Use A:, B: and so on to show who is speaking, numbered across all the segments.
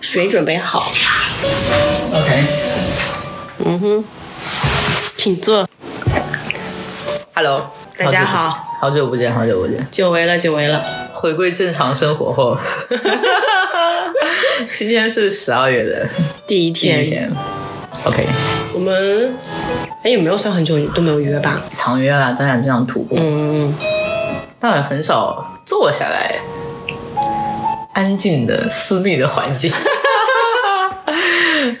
A: 水准备好。
B: OK，
A: 嗯哼，请坐。
B: Hello，
A: 大家好，
B: 好久不见，好久不见。
A: 久违了，久违了。
B: 回归正常生活后， 今天是十二月的
A: 第一
B: 第一
A: 天，
B: 天。OK，
A: 我们哎也没有算很久都没有约吧？
B: 长约啊，咱俩经常徒步，
A: 嗯，
B: 但很少坐下来，安静的私密的环 境，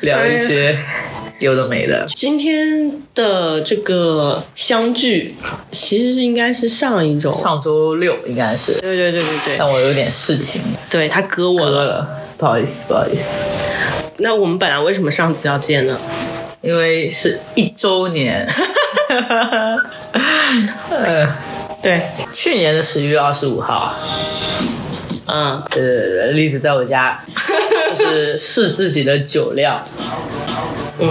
B: 聊一些有的没的。
A: 今天的这个相聚其实是应该是上一周，
B: 上周六应该是，
A: 对对对对对，
B: 但我有点事情，
A: 对他割我
B: 饿
A: 了。
B: 了，不好意思，不好意思。
A: 那我们本来为什么上次要见呢？
B: 因为是一周年。呃，
A: 对，
B: 去年的十一月二十五号，啊
A: 嗯，
B: 呃，栗子在我家就是试自己的酒量，
A: 嗯，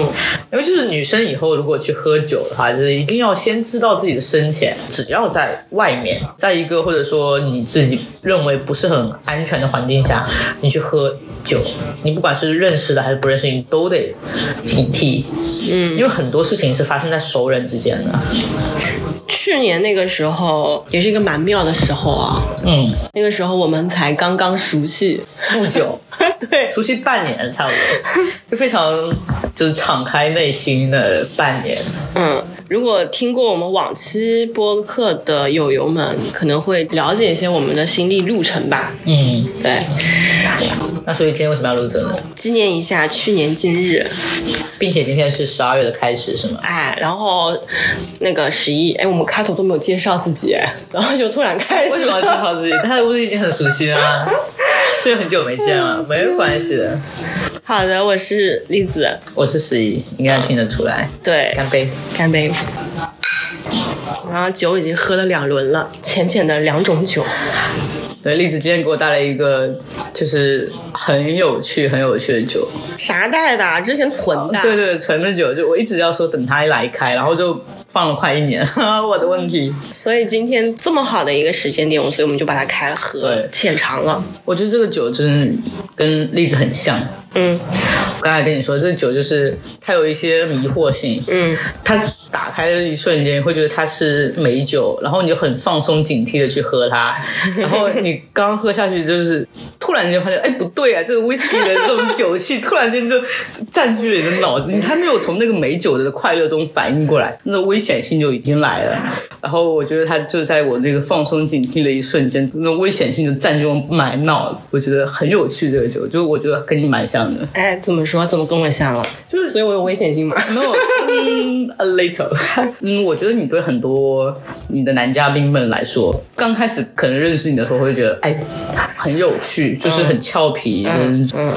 B: 因为就是女生以后如果去喝酒的话，就是一定要先知道自己的深浅。只要在外面，在一个或者说你自己认为不是很安全的环境下，你去喝酒，你不管是认识的还是不认识，你都得警惕。嗯，因为很多事情是发生在熟人之间的。
A: 去年那个时候也是一个蛮妙的时候啊，
B: 嗯，
A: 那个时候我们才刚刚熟悉，
B: 不久，
A: 对，
B: 熟悉半年差不多， 就非常就是敞开内心的半年。
A: 嗯，如果听过我们往期播客的友友们，可能会了解一些我们的心历路程吧。
B: 嗯，
A: 对，
B: 那所以今天为什么要录这呢？
A: 纪念一下去年今日，
B: 并且今天是十二月的开始是 吗？
A: 哎，然后那个十一，哎，我们开头都没有介绍自己，哎然后就突然开
B: 为
A: 始
B: 什么要介
A: 了。
B: 绍自己？大家不是已经很熟悉了 吗？是很久没见了，没关系的。
A: 好的，我是栗子，
B: 我是十一，应该听得出来。
A: 对，
B: 干杯！
A: 干杯。然后酒已经喝了两轮了，浅浅的两种酒。
B: 对，栗子今天给我带来一个，就是很有趣、很有趣的酒。
A: 啥带的啊？之前存的。
B: 哦对对，纯的酒，就我一直要说等它来开，然后就放了快一年， 我的问题。
A: 所以今天这么好的一个时间点，所以我们就把它开了喝
B: 对，
A: 浅尝了。
B: 我觉得这个酒真的跟栗子很像。
A: 嗯
B: 我刚才跟你说，这酒就是它有一些迷惑性，
A: 嗯，
B: 它打开的一瞬间，你会觉得它是美酒，然后你就很放松警惕的去喝它，然后你刚喝下去，就是突然间发现，哎，不对啊，这个 whisky 的这种酒气，突然间就占据了你的脑子，你还没有从那个美酒的快乐中反应过来，那危险性就已经来了。然后我觉得它就在我这个放松警惕的一瞬间，那种危险性就占据我满脑子，我觉得很有趣。这个酒，就我觉得跟你蛮像的。
A: 哎，怎么说？怎么跟我像了？
B: 就是
A: 所以我有危险性嘛。
B: 没有，嗯，a little。嗯， 我觉得你对很多你的男嘉宾们来说，刚开始可能认识你的时候，会觉得哎，很有趣，就是很俏皮，嗯，
A: 嗯，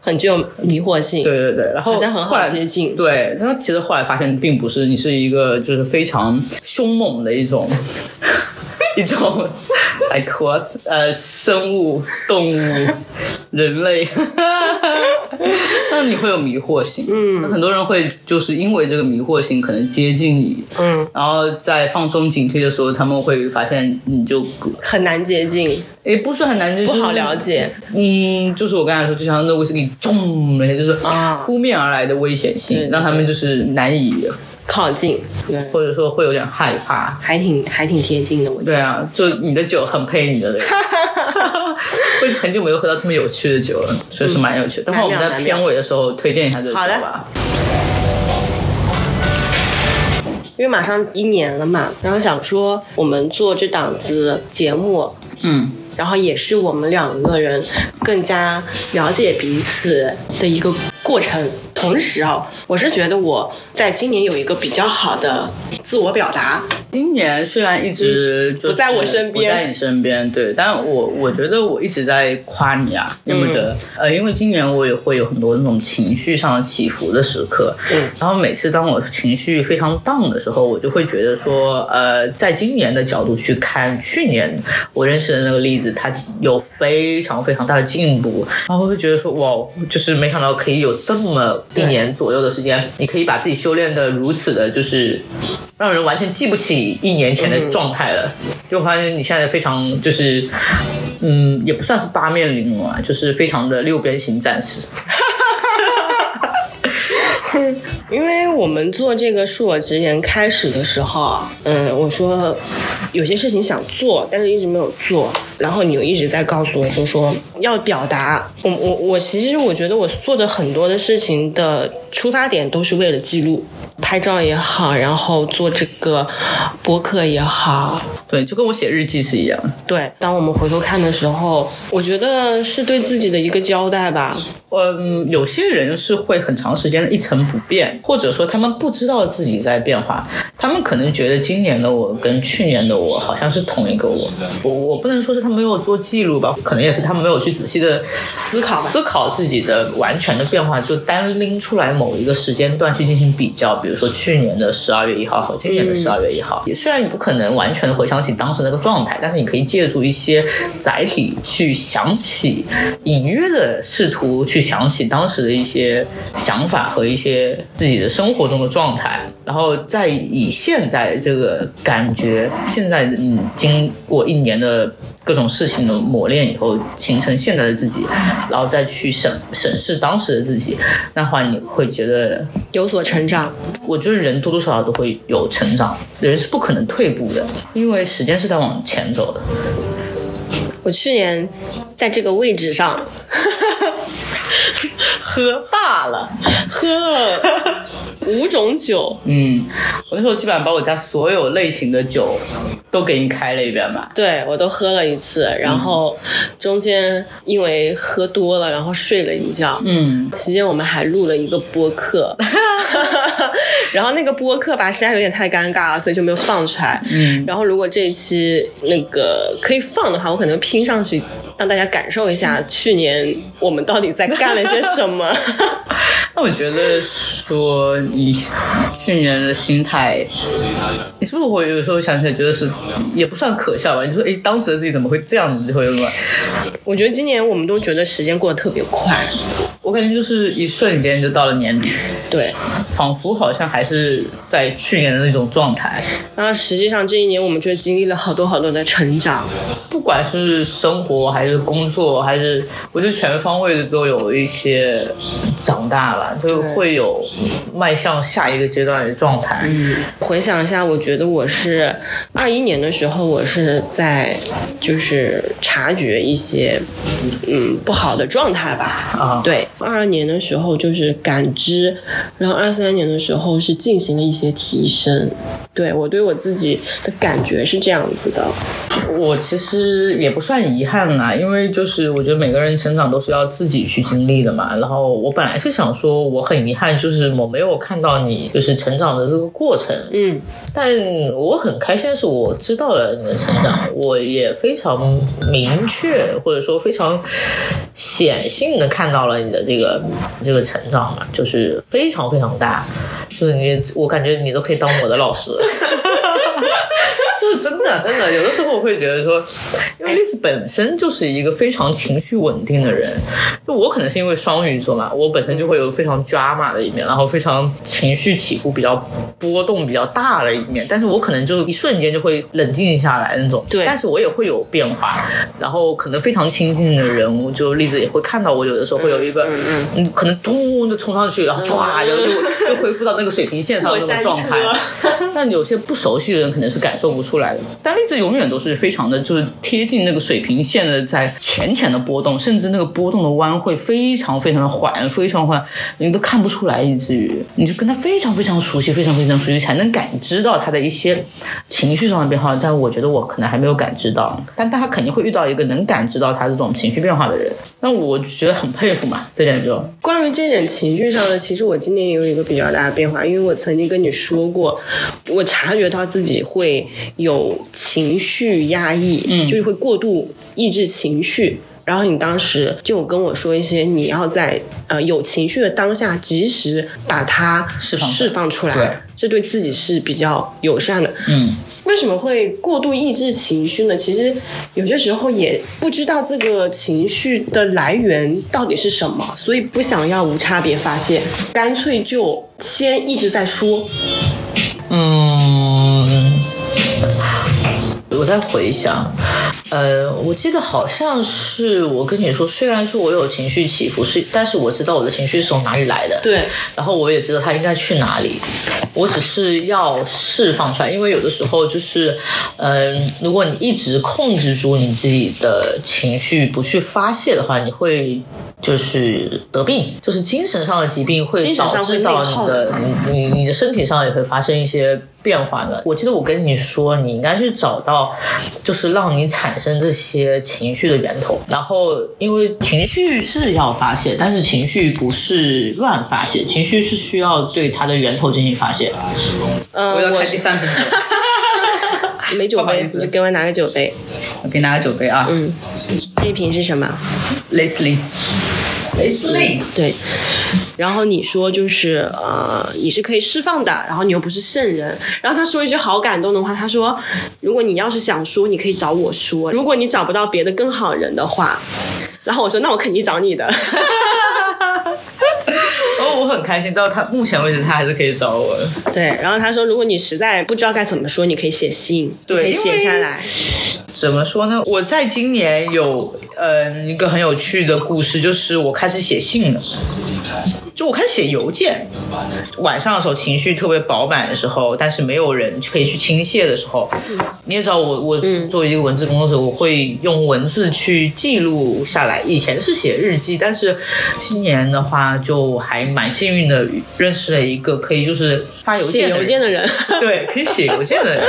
A: 很具有迷惑性。
B: 对对对。然后
A: 好像很好
B: 后来
A: 接近
B: 对。然后其实后来发现，并不是你是一个就是非常凶猛的一种。 一种 like what 呃生物、动物、人类， 那你会有迷惑性。嗯，很多人会就是因为这个迷惑性，可能接近你。
A: 嗯，
B: 然后在放松警惕的时候，他们会发现你就
A: 很难接近，
B: 也不是很难，就是
A: 不好了。解。
B: 嗯，就是我刚才说，就像那威士忌咚，就是
A: 啊
B: 扑面而来的危险性，
A: 是
B: 让他们就是难以，
A: 靠近，对，
B: 或者说会有点害怕。
A: 还挺还挺贴近的，我觉得。
B: 对啊，就你的酒很配你的人。我已经很久没有喝到这么有趣的酒了，所以是蛮有趣的。等会儿我们在
A: 蛮妙
B: 片尾的时候推荐一下这个酒
A: 好的
B: 吧。
A: 因为马上一年了嘛，然后想说我们做这档子节目，
B: 嗯，
A: 然后也是我们两个人更加了解彼此的一个过程。同时啊，我是觉得我在今年有一个比较好的自我表达，
B: 今年虽然一直就是
A: 嗯不在我身边
B: 不在你身边，对，但我我觉得我一直在夸你啊，你有没有觉得？
A: 嗯
B: 呃，因为今年我也会有很多那种情绪上的起伏的时刻，
A: 嗯，
B: 然后每次当我情绪非常 down 的时候，我就会觉得说，呃，在今年的角度去看去年我认识的那个例子，他有非常非常大的进步，然后我会觉得说，哇，就是没想到可以有这么一年左右的时间，你可以把自己修炼的如此的，就是让人完全记不起一年前的状态了。就我发现你现在非常就是嗯，也不算是八面玲珑啊，就是非常的六边形战士。
A: 因为我们做这个恕我直言开始的时候啊，嗯，我说有些事情想做，但是一直没有做，然后你又一直在告诉我，就说要表达。我我我其实我觉得我做的很多的事情的出发点都是为了记录，拍照也好，然后做这个播客也好，
B: 对，就跟我写日记是一样的。
A: 对。当我们回头看的时候，我觉得是对自己的一个交代吧。
B: 嗯，有些人是会很长时间的一成不变，或者说他们不知道自己在变化，他们可能觉得今年的我跟去年的我好像是同一个我。我我不能说是他没有做记录吧，可能也是他没有去仔细的
A: 思考吧
B: 思考自己的完全的变化，就单拎出来某一个时间段去进行比较，比如说去年的十二月一号和今年的十二月一号。也虽然你不可能完全的回想起当时那个状态，但是你可以借助一些载体去想起，隐约的试图去想起当时的一些想法和一些自己的生活中的状态，然后再以现在这个感觉，现在嗯，经过一年的各种事情的磨练以后，形成现在的自己，然后再去审审视当时的自己，那话你会觉得，
A: 有所成长，
B: 我觉得人多多少少都会有成长，人是不可能退步的，因为时间是在往前走的。
A: 我去年在这个位置上喝大了，喝了五种酒。
B: 嗯，我那时候基本上把我家所有类型的酒都给你开了一遍吧。
A: 对我都喝了一次，然后中间因为喝多了，然后睡了一觉。
B: 嗯，
A: 期间我们还录了一个播 客，然后那个播客吧实在有点太尴尬了，所以就没有放出来。
B: 嗯，
A: 然后如果这一期那个可以放的话，我可能拼上去让大家感受一
B: 嗯
A: 下去年我们到底在干了些什 么。
B: 那我觉得说你去年的心态，你是不是会有时候想起来觉得是也不算可笑吧？你说哎，当时的自己怎么会这样子？就会乱。
A: 我觉得今年我们都觉得时间过得特别快，
B: 我感觉就是一瞬间就到了年底，
A: 对。
B: 仿佛好像还是在去年的那种状态。
A: 然后实际上这一年我们却经历了好多好多的成长，
B: 不管是生活还是工作，还是我觉得全方位的都有一些长大吧，就会有迈向下一个阶段的状态。嗯，
A: 回想一下，我觉得我是二一年的时候，我是在就是察觉一些嗯不好的状态吧。
B: 啊
A: 对，二二年的时候就是感知，然后二三年的时候是进行了一些提升。对我对我自己的感觉是这样子的，
B: 我其实也不算遗憾啦，因为就是我觉得每个人成长都是要自己去经历的嘛。然后我本来是想说我很遗憾，就是我没有看到你就是成长的这个过程，
A: 嗯，
B: 但我很开心的是，我知道了你的成长，我也非常明确或者说非常显性的看到了你的这个这个成长嘛，就是非常非常大，就是你，我感觉你都可以当我的老师了。 就是真的，真的，有的时候我会觉得说，因为 Liz 本身就是一个非常情绪稳定的人，就我可能是因为双鱼座嘛，我本身就会有非常 drama 的一面，然后非常情绪起伏比较波动比较大的一面，但是我可能就一瞬间就会冷静下来那种，
A: 对
B: 但是我也会有变化，然后可能非常亲近的人物，就 Liz 也会看到我有的时候会有一个，嗯，可能咚就冲上去，然后唰就又又恢复到那个水平线上的那种状态
A: 过山，
B: 但有些不熟悉的人可能是感受不出来的。但荔枝永远都是非常的，就是贴近那个水平线的，在浅浅的波动，甚至那个波动的弯会非常非常的缓，非常缓，你都看不出来，以至于你就跟他非常非常熟悉，非常非常熟悉，才能感知到他的一些情绪上的变化。但我觉得我可能还没有感知到，但他肯定会遇到一个能感知到他这种情绪变化的人。那我就觉得很佩服嘛，这点就
A: 关于这点情绪上的，其实我今年也有一个比较大的变化，因为我曾经跟你说过，我察觉到自己会有情绪压抑，嗯就是会过度抑制情绪。然后你当时就有跟我说一些，你要在呃有情绪的当下，及时把它
B: 释放出来
A: 释放出来，
B: 对
A: 这对自己是比较友善的。
B: 嗯。
A: 为什么会过度抑制情绪呢？其实有些时候也不知道这个情绪的来源到底是什么，所以不想要无差别发泄，干脆就先一直在说。
B: 嗯，我在回想，呃，我记得好像是我跟你说，虽然说我有情绪起伏，是，但是我知道我的情绪是从哪里来的。
A: 对，
B: 然后我也知道它应该去哪里，我只是要释放出来，因为有的时候就是，嗯、如果你一直控制住你自己的情绪不去发泄的话，你会就是得病，就是精神上的疾病会
A: 精神
B: 导
A: 上会
B: 致
A: 内
B: 到你
A: 耗
B: 的呃你你你的身体上也会发生一些变化的。我记得我跟你说，你应该去找到，就是让你产生这些情绪的源头。然后，因为情绪是要发泄，但是情绪不是乱发泄，情绪是需要对它的源头进行发泄。
A: 嗯，我是
B: 三瓶酒，
A: 没酒
B: 不好
A: 杯，
B: 意思
A: 你给我拿个酒杯。
B: 我给大家酒杯啊。嗯
A: 这一瓶是什么？
B: ，Leslie，雷司 令，
A: 对。然后你说就是呃，你是可以释放的，然后你又不是圣人。然后他说一句好感动的话，他说：“如果你要是想说，你可以找我说；如果你找不到别的更好人的话。”然后我说：“那我肯定找你的。
B: 然哦后我很开心，到他目前为止，他还是可以找我的。”
A: 对。然后他说：“如果你实在不知道该怎么说，你可以写信，
B: 对
A: 可以写下来。
B: 怎么说呢？我在今年有呃一个很有趣的故事，就是我开始写信了，就我开始写邮件。晚上的时候情绪特别饱满的时候，但是没有人可以去倾泻的时候，
A: 嗯
B: 你也知道我我作为一个文字工作者，我会用文字去记录下来。以前是写日记，但是今年的话就还蛮幸运的，认识了一个可以就是发邮
A: 写
B: 件的
A: 邮
B: 人
A: 件的 人，
B: 对，可以写邮件的人。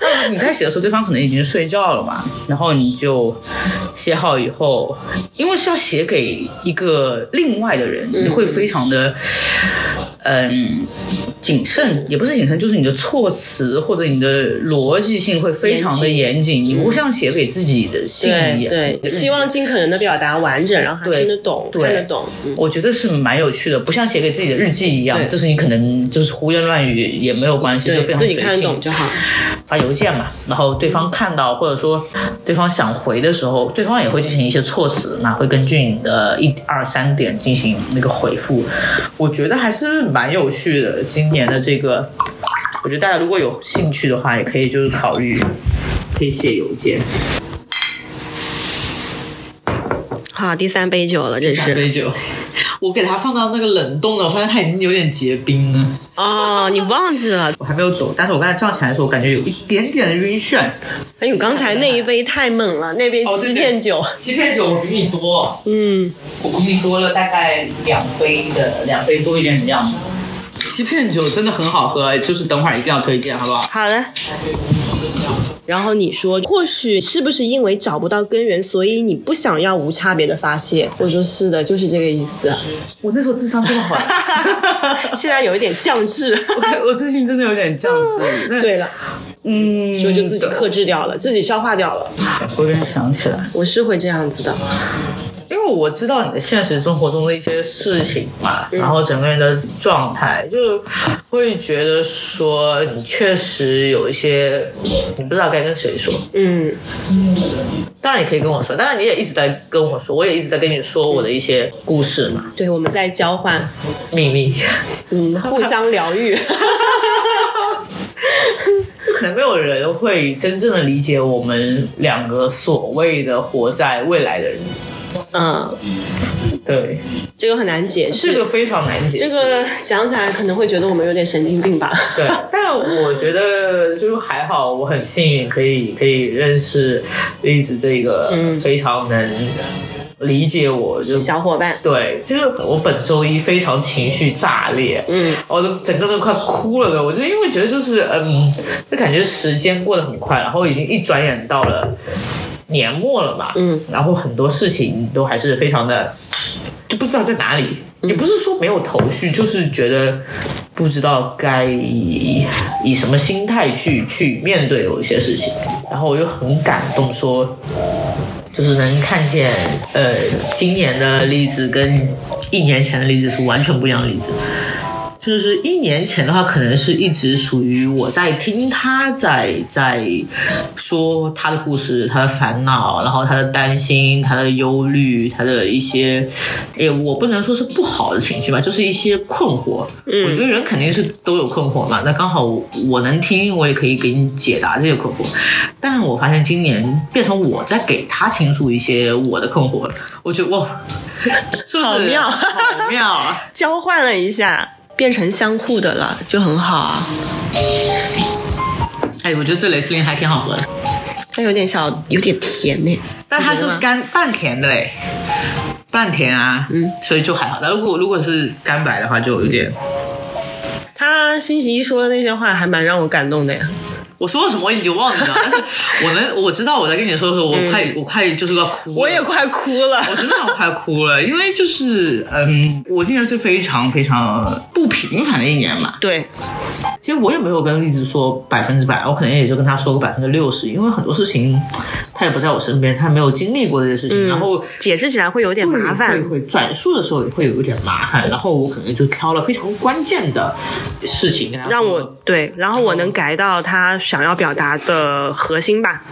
B: 那嗯你在写的时候，对方可能已经睡觉了嘛，然后你就写好以后，因为是要写给一个另外的人，你会非常的。嗯，谨慎也不是谨慎，就是你的措辞或者你的逻辑性会非常的严谨，你不像写给自己的信一
A: 嗯
B: 样。
A: 对对，希望尽可能的表达完整，让他
B: 对
A: 听得懂、
B: 对
A: 看得懂。嗯
B: 我觉得是蛮有趣的，不像写给自己的日记一样，
A: 对
B: 就是你可能就是胡言乱语也没有关系，就
A: 对
B: 非常
A: 自己
B: 随
A: 看得
B: 性
A: 懂就好。
B: 发邮件嘛，然后对方看到或者说对方想回的时候，对方也会进行一些措辞嘛，会根据你的一二三点进行那个回复。我觉得还是蛮有趣的，今年的这个，我觉得大家如果有兴趣的话，也可以就是考虑可以写邮件。
A: 好，第三杯酒了，这
B: 三
A: 是
B: 杯酒， 我给它放到那个冷冻的，我发现它已经有点结冰了。
A: 哦，你忘记了，
B: 我还没有抖，但是我刚才站起来的时候，我感觉有一点点的晕眩。
A: 哎呦，刚才那一杯太猛了，那杯
B: 哦
A: 欺骗酒，
B: 欺骗酒我比你多。
A: 嗯，
B: 我估计多了大概两杯的，两杯多一点的样子。欺骗酒真的很好喝，就是等会儿一定要推荐，好不好？
A: 好了。然后你说，或许是不是因为找不到根源，所以你不想要无差别的发泄？我说是的，就是这个意思。
B: 我那时候智商这么好，
A: 现在有一点降智，
B: 我我最近真的有点这样子。那
A: 对，了，
B: 嗯，
A: 就就自己克制掉了，自己消化掉了。
B: 我有点想起来，
A: 我是会这样子的，
B: 因为我知道你的现实生活中的一些事情嘛，然后整个人的状态，就会觉得说你确实有一些，你不知道该跟谁说。
A: 嗯，
B: 当然你可以跟我说，当然你也一直在跟我说，我也一直在跟你说我的一些故事嘛。
A: 对，我们在交换，
B: 秘密，
A: 嗯，互相疗愈。
B: 可能没有人会真正的理解我们两个所谓的活在未来的人。
A: 嗯，
B: 对，
A: 这个很难解释
B: 这。个非常难解释。
A: 这个讲起来可能会觉得我们有点神经病吧？
B: 对，但我觉得就是还好，我很幸运可以可以认识栗子这个非常能理解我，就
A: 嗯小伙伴，
B: 对，就是我本周一非常情绪炸裂，
A: 嗯，
B: 我都整个都快哭了都，我就因为觉得就是嗯，就感觉时间过得很快，然后已经一转眼到了年末了嘛，
A: 嗯，
B: 然后很多事情都还是非常的就不知道在哪里，也不是说没有头绪，就是觉得不知道该以以什么心态去去面对有一些事情，然后我又很感动说。就是能看见，呃，今年的例子跟一年前的例子是完全不一样的例子。就是一年前的话，可能是一直属于我在听他在在说他的故事、他的烦恼，然后他的担心、他的忧虑、他的一些
C: 也哎我不能说是不好的情绪吧，就是一些困惑。
A: 嗯
C: 我觉得人肯定是都有困惑嘛，那刚好我我能听，我也可以给你解答这些困惑。但我发现今年变成我在给他倾诉一些我的困惑了，我觉得哇，是不是
A: 好妙
C: 好妙啊！
A: 交换了一下，变成相互的了，就很好啊。
C: 哎，我觉得这蕾丝令还挺好喝的，
A: 它有点小，有点甜呢。
C: 但它是
A: 你觉得吗
C: 干半甜的嘞，半甜啊，嗯，所以就还好。但如果如果是干白的话，就有点。
A: 他星期一说的那些话还蛮让我感动的呀。
C: 我说什么我已经忘记了， 但是我能我知道我在跟你说的时候，我快、嗯我快就是要哭了，
A: 我也快哭了。
C: 我真的我快哭 了，因为就是嗯，我今年是非常非常呃不平凡的一年嘛。
A: 对，
C: 其实我也没有跟栗子说百分之百，我可能也就跟他说个百分之六十，因为很多事情他也不在我身边，他没有经历过这些事情，然后
A: 解释起来会有点麻
C: 会
A: 烦。
C: 会转述的时候也会有一点麻烦，然后我可能就挑了非常关键的事情跟他说
A: 让我对，然后我能改到他想要表达的核心吧。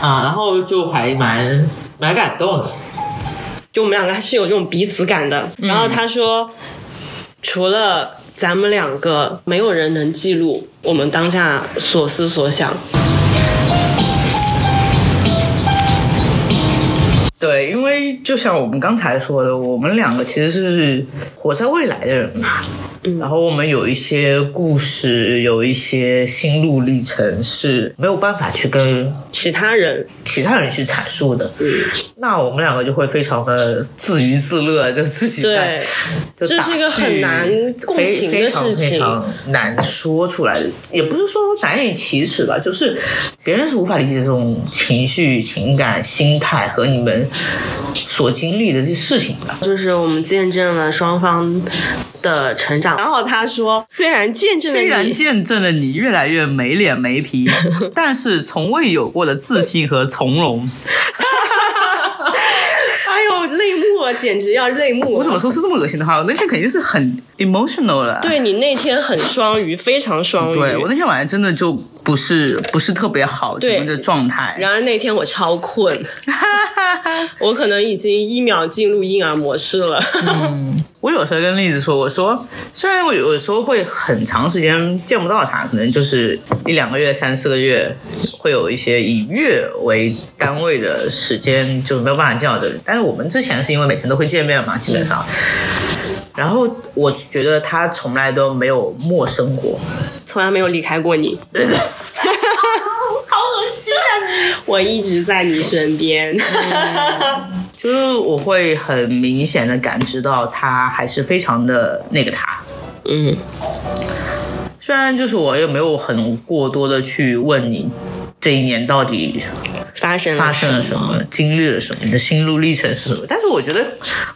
C: 啊，然后就还蛮蛮感动的。
A: 就我们两个还是有这种彼此感的。然后他说，除了咱们两个，没有人能记录我们当下所思所想。
B: 对，因为就像我们刚才说的，我们两个其实是活在未来的人嘛。
A: 嗯
B: 然后我们有一些故事，有一些心路历程是没有办法去跟
A: 其他人，
B: 其他人去阐述的。那我们两个就会非常的自娱自乐，就自己在
A: 对，这
B: 就打
A: 是一个
B: 趣
A: 很难共
B: 非
A: 情的
B: 非常
A: 事情
B: 非常难说出来的，也不是说难以启齿吧，就是别人是无法理解这种情绪、情感、心态和你们所经历的这些事情的。
A: 就是我们见证了双方的成长。然后他说，虽然见证了
B: 虽然
A: 你，
B: 见证了你越来越没脸没 皮，但是从未有过的自信和从容。
A: 哎呦，泪目啊，简直要泪目。啊
B: 我怎么说是这么恶心的话？我那天肯定是很 emotional 了。
A: 对你那天很双鱼，非常双鱼。
B: 对我那天晚上真的就不是不是特别好，整个的状态。
A: 然而那天我超困， 我可能已经一秒进入婴儿模式了。嗯
B: 我有时候跟栗子说，我说虽然我有时候会很长时间见不到他，可能就是一两个月、三四个月，会有一些以月为单位的时间就没有办法见到这里。但是我们之前是因为每天都会见面嘛，基本上。然后我觉得他从来都没有陌生过，
A: 从来没有离开过你，
C: 好恶心啊！
A: 我一直在你身边。嗯
B: 就是我会很明显的感知到他还是非常的那个他。
A: 嗯，
B: 虽然就是我也没有很过多的去问你这一年到底
A: 发生了
B: 发生了什么，经历了什么，你的心路历程是什么，但是我觉得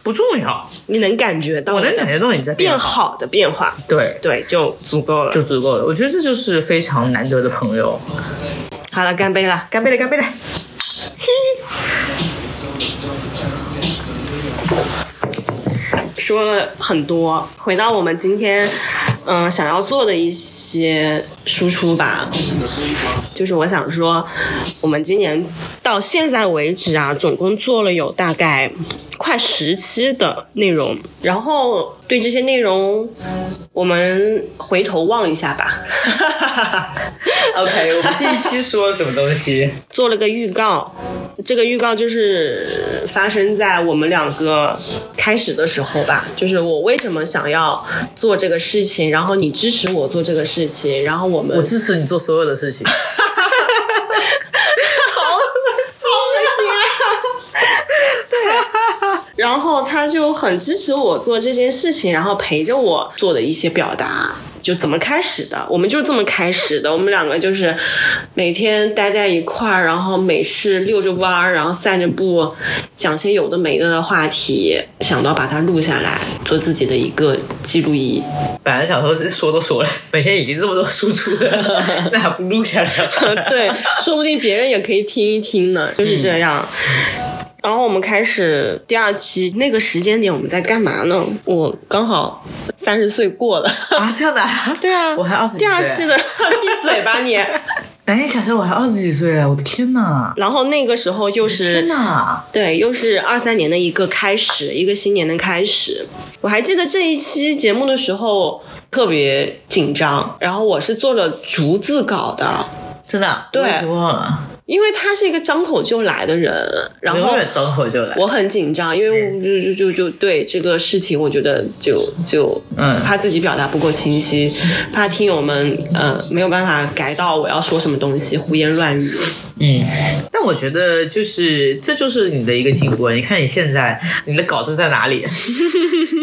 B: 不重要，
A: 你能感觉到
B: 我
A: 的，
B: 能感觉到你在
A: 变
B: 好，
A: 好的变化，
B: 对，
A: 对，就足够了。
B: 就足够了。我觉得这就是非常难得的朋友。
A: 好了，干杯了。
B: 干杯了，干杯了！
A: 说了很多，回到我们今天，嗯、想要做的一些输出吧。就是我想说，我们今年到现在为止啊，总共做了有大概快十期的内容，然后对这些内容，我们回头望一下吧。
B: OK，我们第一期说什么东西？
A: 做了个预告，这个预告就是发生在我们两个开始的时候吧，就是我为什么想要做这个事情，然后你支持我做这个事情，然后我们
B: 我支持你做所有的事情。
A: 然后他就很支持我做这件事情，然后陪着我做的一些表达。就怎么开始的？我们就是这么开始的。我们两个就是每天待在一块儿，然后没事遛着弯儿，然后散着步，讲些有的没的的话题，想到把它录下来，做自己的一个记录仪。
B: 本来想说这说都说了，每天已经这么多输出了， 那还不录下来 吧？
A: 对，说不定别人也可以听一听呢，就是这样。然后我们开始第二期那个时间点，我们在干嘛呢？我刚好三十岁过了。
B: 啊，这样的、啊。
A: 对啊，
B: 我还二十几
A: 第二
B: 岁
A: 期的，闭嘴吧你！
B: 男性小时候我还二十几岁啊，我的天呐！
A: 然后那个时候就
C: 天
A: 是
B: 啊
C: 哪！
A: 对，又是二三年的一个开始，一个新年的开始。我还记得这一期节目的时候特别紧张，然后我是做了逐字稿的，
C: 真的，
A: 对
C: 我已经忘了，
A: 因为他是一个张口就来的人，然后
C: 永远张口就来。嗯
A: 我很紧张，因为我就就就就对这个事情，我觉得就就
C: 嗯
A: 怕自己表达不够清晰，怕听友们呃没有办法改到我要说什么东西，胡言乱语。
C: 嗯，
B: 但我觉得就是这就是你的一个进步啊！你看你现在你的稿子在哪 里？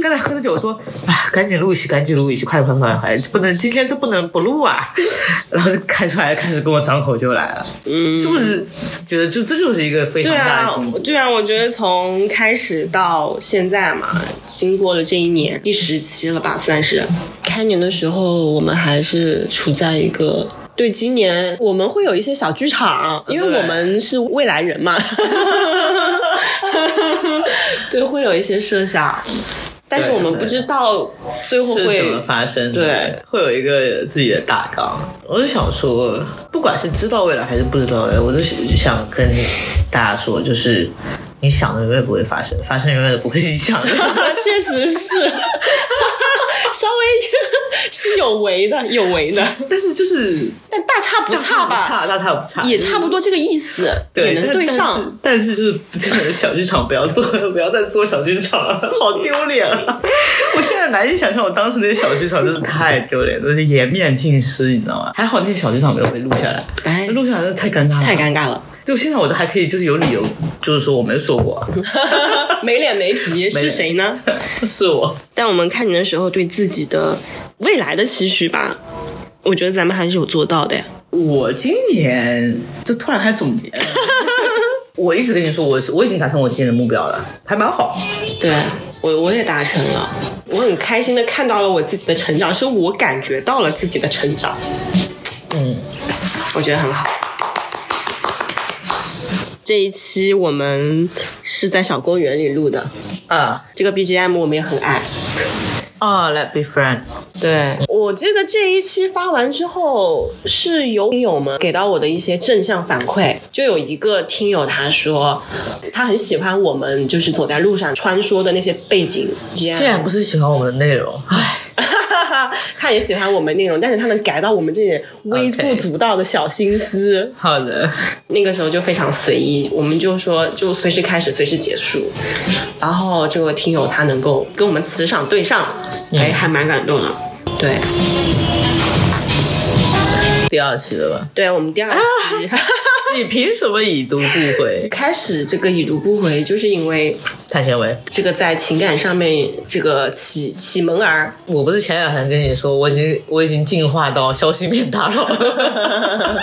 B: 刚才喝着酒说啊，赶紧录一期，赶紧录一期，快快快快，不能今天这不能不录啊！ 然后就开出来开始跟我张口就来了，嗯，是不是觉得就这就是一个非常
A: 对
B: 大
A: 啊
B: 的进步？，
A: 对啊，我觉得从开始到现在嘛，经过了这一年第十期了吧，算是。
D: 开年的时候，我们还是处在一个对今年我们会有一些小剧场，因为
B: 对
D: 我们是未来人 嘛。
A: 对，会有一些设想，但是
B: 对
A: 我们
B: 对
A: 不知道最后
B: 是怎么
A: 会。
B: 发生的？
A: 对，
B: 会有一个自己的大纲。我就想说，不管是知道未来还是不知道未来，我都想跟大家说，就是你想的永远不会发生，发生永远都不会是你 想 的。
A: 确实是， 稍微 是有为的，有为的，
B: 但是就是
A: 但大差不差吧，
B: 差大差不差，
A: 也差不多这个意思，
B: 对
A: 也能对上。，
B: 但但是但是就是这种小剧场不要做，不要再做小剧场了，好丢脸啊！ 我现在难以想象我当时那些小剧场真的太丢脸，真是颜面尽失，你知道吗？还好那些小剧场没有被录下来，
A: 哎
B: 那录下来真的太尴尬了，
A: 太尴尬了，
B: 就现在我都还可以，就是有理由，就是说我没有说过啊，
A: 没脸没皮是谁呢？
B: 是我。
A: 但我们看你的时候，对自己的未来的期许吧，我觉得咱们还是有做到的呀。
B: 我今年就突然开始总结 了，我一直跟你说，我我已经达成我今年的目标了，还蛮好。
A: 对我我也达成了，我很开心的看到了我自己的成长，是我感觉到了自己的成长，
B: 嗯，
A: 我觉得很好。这一期我们是在小公园里录的，
B: 啊
A: 这个 BGM 我们也很爱。
B: 啊、l e t be friend。
A: 对，我记得这一期发完之后，是有听友们给到我的一些正向反馈，就有一个听友他说，他很喜欢我们就是走在路上穿梭的那些背景，
B: 虽然不是喜欢我们的内容，唉，
A: 他也喜欢我们内容，但是他能改到我们这些微
B: OK
A: 不足道的小心思
B: 好的，
A: 那个时候就非常随意，我们就说就随时开始，随时结束。然后这位听友他能够跟我们磁场对上，哎，还蛮感动的。对，
B: 第二期了吧？
A: 对我们第二期。
B: 你凭什么已读不回？
A: 开始这个已读不回，就是因为
B: 碳纤维，
A: 这个在情感上面这个启启蒙儿，
B: 我不是前两天跟你说，我已经我已经进化到消息面打扰了。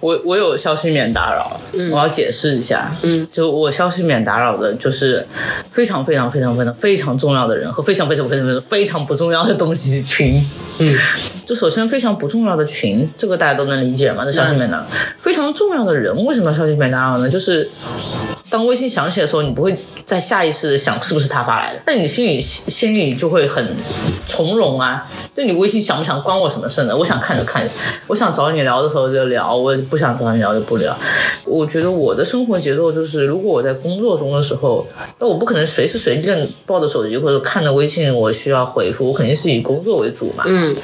B: 我我有消息免打扰，我要解释一下。嗯，就我消息免打扰的，就是非常非常非常非常非常重要的人和非常非常非常非常非常不重要的东西群。
A: 嗯，
B: 就首先非常不重要的群，这个大家都能理解嘛？这消息免打扰，非常重要的人为什么要消息免打扰啊呢？就是当微信响起的时候，你不会在下意识的想是不是他发来的，那你心里心里就会很从容啊。就你微信响不响关我什么事呢？我想看就看，我想找你聊的时候就聊，我不想找你聊就不聊。我觉得我的生活节奏就是，如果我在工作中的时候，那我不可能随时随便抱着手机或者看着微信，我需要回复，我肯定是以工作为主嘛。
A: 嗯，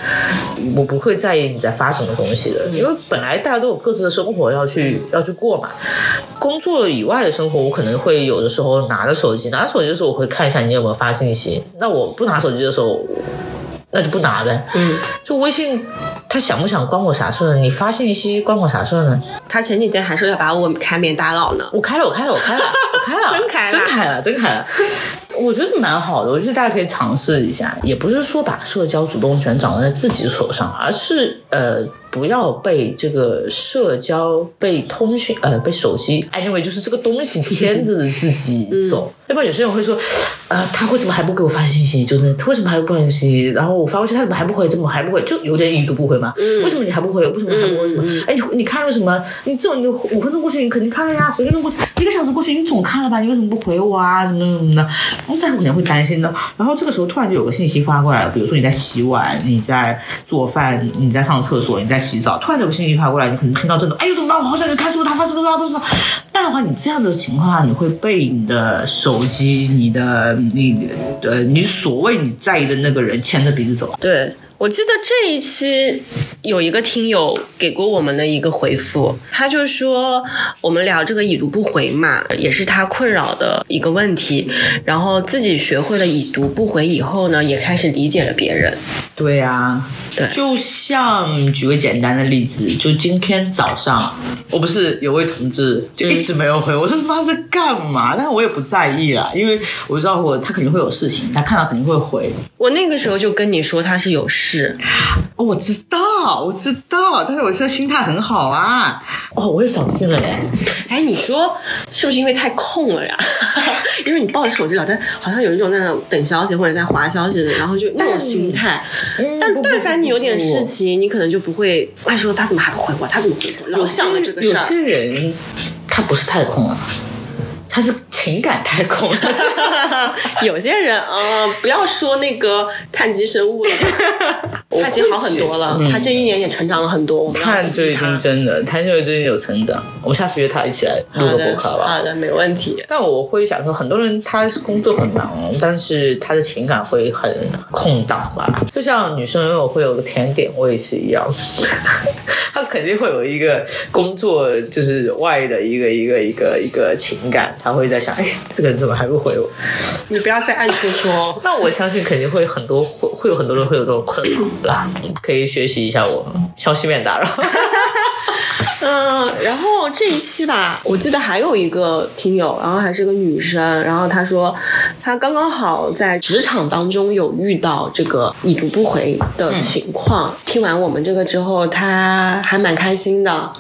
B: 我不会在意你在发什么东西的，因为本来大家都有各自的生活要去要去过嘛。工作以外的生活，我可能会有的时候拿着手机，拿着手机的时候我会看一下你有没有发信息。那我不拿手机的时候，我那就不拿呗。嗯，就微信，他想不想关我啥事呢？你发信息关我啥事呢？
A: 他前几天还说要把我开免打扰呢。
B: 我开了，我开了，我开了，我开 了，
A: 真开了
B: 真开了，真开了。我觉得蛮好的，我觉得大家可以尝试一下。也不是说把社交主动权掌握在自己手上，而是呃，不要被这个社交、被通讯、呃，被手机，anyway，就是这个东 西牵着自己
A: 嗯
B: 走。要不然有些人会说，啊，他为什么还不给我发信息？就是他为什么还不发信息？然后我发过去，他怎么还不回？怎么还不回？就有点已读不回嘛。
A: 嗯
B: 为什么你还不回？为什么还不回？为什么？哎，你你看了什么？你这种你五分钟过去，你肯定看了呀，十分钟过去，一个小时过去，你总看了吧？你为什么不回我啊？什么什么的？然后但是可能会担心的。然后这个时候突然就有个信息发过来，比如说你在洗碗，你在做饭，你在上厕所，你在洗澡，突然有个信息发过来，你可能听到这种，哎呦怎么办？我好想去看是不是他发，是不是他，是不是他？但的话，你这样的情况下，你会被你的手机、你的你呃你所谓你在意的那个人牵着鼻子走啊。
A: 对，我记得这一期有一个听友给过我们的一个回复，他就说我们聊这个已读不回嘛，也是他困扰的一个问题。然后自己学会了已读不回以后呢，也开始理解了别人。
B: 对啊，
A: 对
C: 就像举个简单的例子，就今天早上，我不是有位同志就一直没有回，我说他妈在干嘛？但是我也不在意啦，因为我知道我他肯定会有事情，他看到肯定会回。
A: 我那个时候就跟你说他是有事，
C: 哦，我知道，我知道，但是我现在心态很好啊。哦，我也长进了嘞。
A: 哎，你说是不是因为太空了呀？ 因为你抱着手机聊天，好像有一种那种等消息或者在划消息的，然后就那种心态。但但凡你有点事情，你可能就不会，哎，说他怎么还不回我？他怎么不回我？老想着这个
C: 啊
A: 事儿。
B: 有些人他不是太空啊，他是情感太空。
C: 啊
A: 有些人啊、呃不要说那个碳基生物了 吧，他已经好很多了，他这一年也成长了很多。我们要
B: 探
A: 鼓
B: 最
A: 励
B: 近
A: 他
B: 真的，探最近有成长。我们下次约他一起来录
A: 好
B: 个播
A: 的，
B: 客吧。
A: 好的，没问题。
B: 但我会想说，很多人他是工作很忙，但是他的情感会很空荡吧。就像女生如果会有个甜点味是一样， 她肯定会有一个工作就是外的一个一个一个一个情感，她会在想，哎，这个人怎么还不回我？
A: 你不要再暗戳戳。
B: 那我相信肯定会很多会会有很多人会有这种困扰啦，可以学习一下我消息面打扰。
A: 嗯，然后这一期吧，我记得还有一个听友，然后还是个女生，然后她说她刚刚好在职场当中有遇到这个已读不回的情况。听完我们这个之后，她还蛮开心的。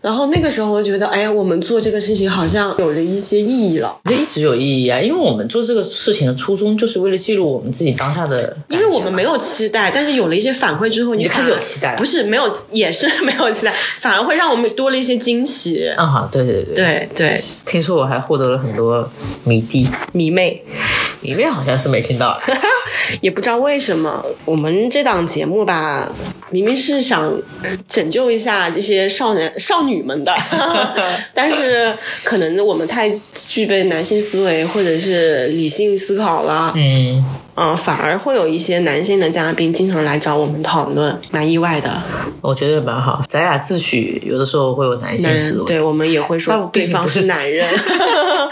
A: 然后那个时候我觉得，哎，我们做这个事情好像有了一些意义了，
B: 这一直有意义啊，因为我们做这个事情的初衷就是为了记录我们自己当下的，
A: 因为我们没有期待，但是有了一些反馈之后，你
B: 就开始
A: 反而
B: 有期待了
A: 不是没有，也是没有期待，反而会让我们多了一些惊喜。
B: 啊哈，对对对，
A: 对对，
B: 听说我还获得了很多迷弟，
A: 迷妹。
B: 迷妹好像是没听到，
A: 也不知道为什么，我们这档节目吧，明明是想拯救一下这些少男少女们 的，但是可能我们太具备男性思维或者是理性思考了，
B: 嗯，
A: 啊、反而会有一些男性的嘉宾经常来找我们讨论，蛮意外的。
B: 我觉得蛮好，咱俩自诩有的时候会有男性
A: 男
B: 思
A: 人嗯
B: 维，
A: 对我们也会
B: 但我
A: 说
B: 毕
A: 对
B: 竟
A: 方
B: 不是
A: 是男 人，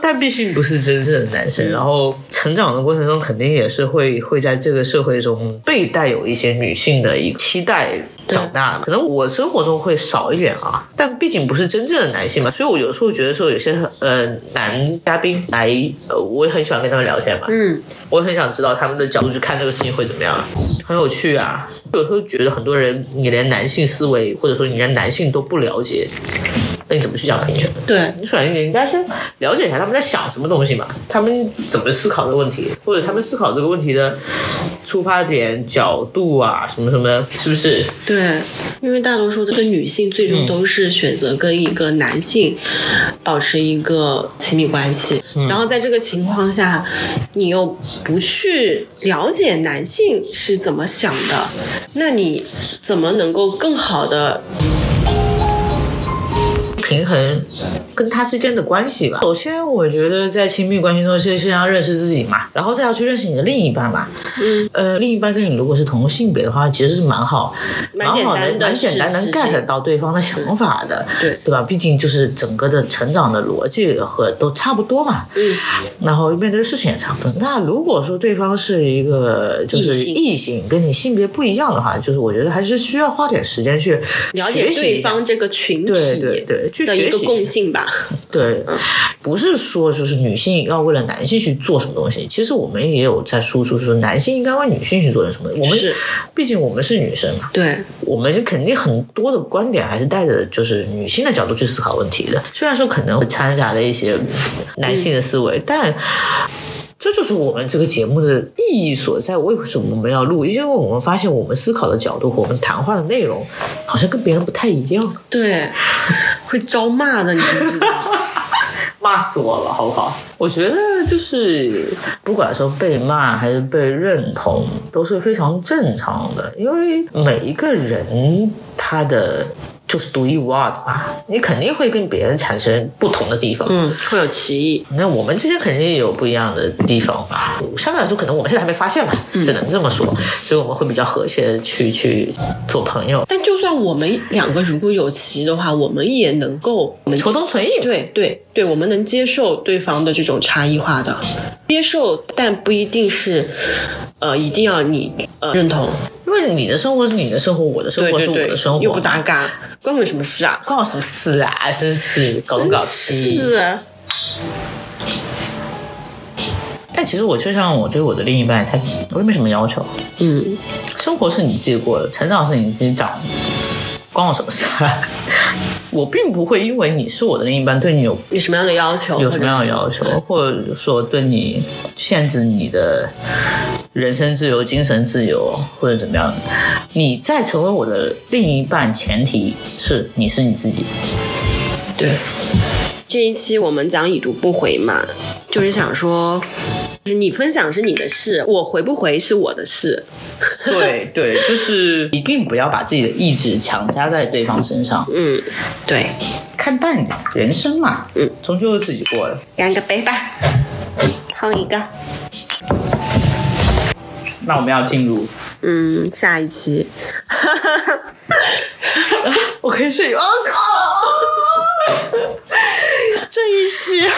B: 但毕竟不是真正的男生，然后成长的过程中肯定也是会会在这个社会中被带有一些女性的一个期待。长大可能我生活中会少一点啊，但毕竟不是真正的男性嘛，所以我有时候觉得说有些呃男嘉宾来，呃，我也很喜欢跟他们聊天嘛，
A: 嗯，
B: 我很想知道他们的角度去看这个事情会怎么样，很有趣啊。有时候觉得很多人你连男性思维或者说你连男性都不了解，那你怎么去讲平权呢？
A: 对，
B: 你首先你应该先了解一下他们在想什么东西嘛，他们怎么思考这个问题，或者他们思考这个问题的出发点、角度啊，什么什么的，是不是？
A: 对，因为大多数的女性最终都是选择跟一个男性保持一个亲密关系，然后在这个情况下，你又不去了解男性是怎么想的，那你怎么能够更好的？
B: 平衡跟他之间的关系吧。首先，我觉得在亲密关系中是先要认识自己嘛，然后再要去认识你的另一半嘛。嗯，呃，另一半跟你如果是同性别的话，其实是蛮好，
A: 蛮简
B: 好
A: 单的
B: 蛮简单能
A: 事实
B: get 到对方的想法的，
A: 对
B: 对吧？毕竟就是整个的成长的逻辑和都差不多嘛。嗯，然后面对的事情也差不多。那如果说对方是一个就是
A: 异性
B: 异性，跟你性别不一样的话，就是我觉得还是需要花点时间去
A: 了解
B: 学习一
A: 对
B: 下
A: 方这个群体，
B: 对对对，去去
A: 的一
B: 学
A: 个
B: 习
A: 共性吧。
B: 对，不是说就是女性要为了男性去做什么东西，其实我们也有在输出说男性应该为女性去做点什么。我们
A: 是
B: 毕竟我们是女生嘛，
A: 对，
B: 我们肯定很多的观点还是带着就是女性的角度去思考问题的，虽然说可能会掺杂了一些男性的思维，但。这就是我们这个节目的意义所在。为什么我们要录？因为我们发现我们思考的角度和我们谈话的内容，好像跟别人不太一样。
A: 对，会招骂的，你知不知道？
B: 骂死我了，好不好？我觉得就是不管说被骂还是被认同，都是非常正常的，因为每一个人他的。就是独一无二的吧，你肯定会跟别人产生不同的地方。
A: 嗯，会有歧义。
B: 那我们之间肯定也有不一样的地方嗯吧。相对来说，可能我们现在还没发现吧，只能这么说。所以我们会比较和谐地去去做朋友，
A: 但就算我们两个如果有歧义的话，我们也能够我们
B: 求同存异嘛。
A: 对对对，我们能接受对方的这种差异化的接受，但不一定是呃一定要你呃认同。
B: 因为你的生活是你的生活，我的生
A: 对
B: 活
A: 对
B: 是我
A: 对
B: 的生活，，
A: 又不搭嘎，关我什么事啊？
B: 关我什么事啊？真是搞东搞西。
E: 是
B: 但其实我就像我对我的另一半，他我也没什么要求。
A: 嗯，
B: 生活是你自己过的，成长是你自己长的，关我什么事啊？ 我并不会因为你是我的另一半，对你有
A: 有什么样的要求？
B: 有什么样的
A: 求？
B: 要求，或者说对你限制你的人身自由、精神自由，或者怎么样？你在成为我的另一半前提是你是你自己。
A: 对，这一期我们讲已读不回嘛，就是想说，就是你分享是你的事，我回不回是我的事。
B: 对对，就是一定不要把自己的意志强加在对方身上，
A: 嗯，对，
B: 看淡一点人生嘛，嗯，终究是自己过的。
E: 干个杯吧，碰一个。
B: 那我们要进入，
A: 嗯，下一期，
B: 我可以睡，我、靠，这一期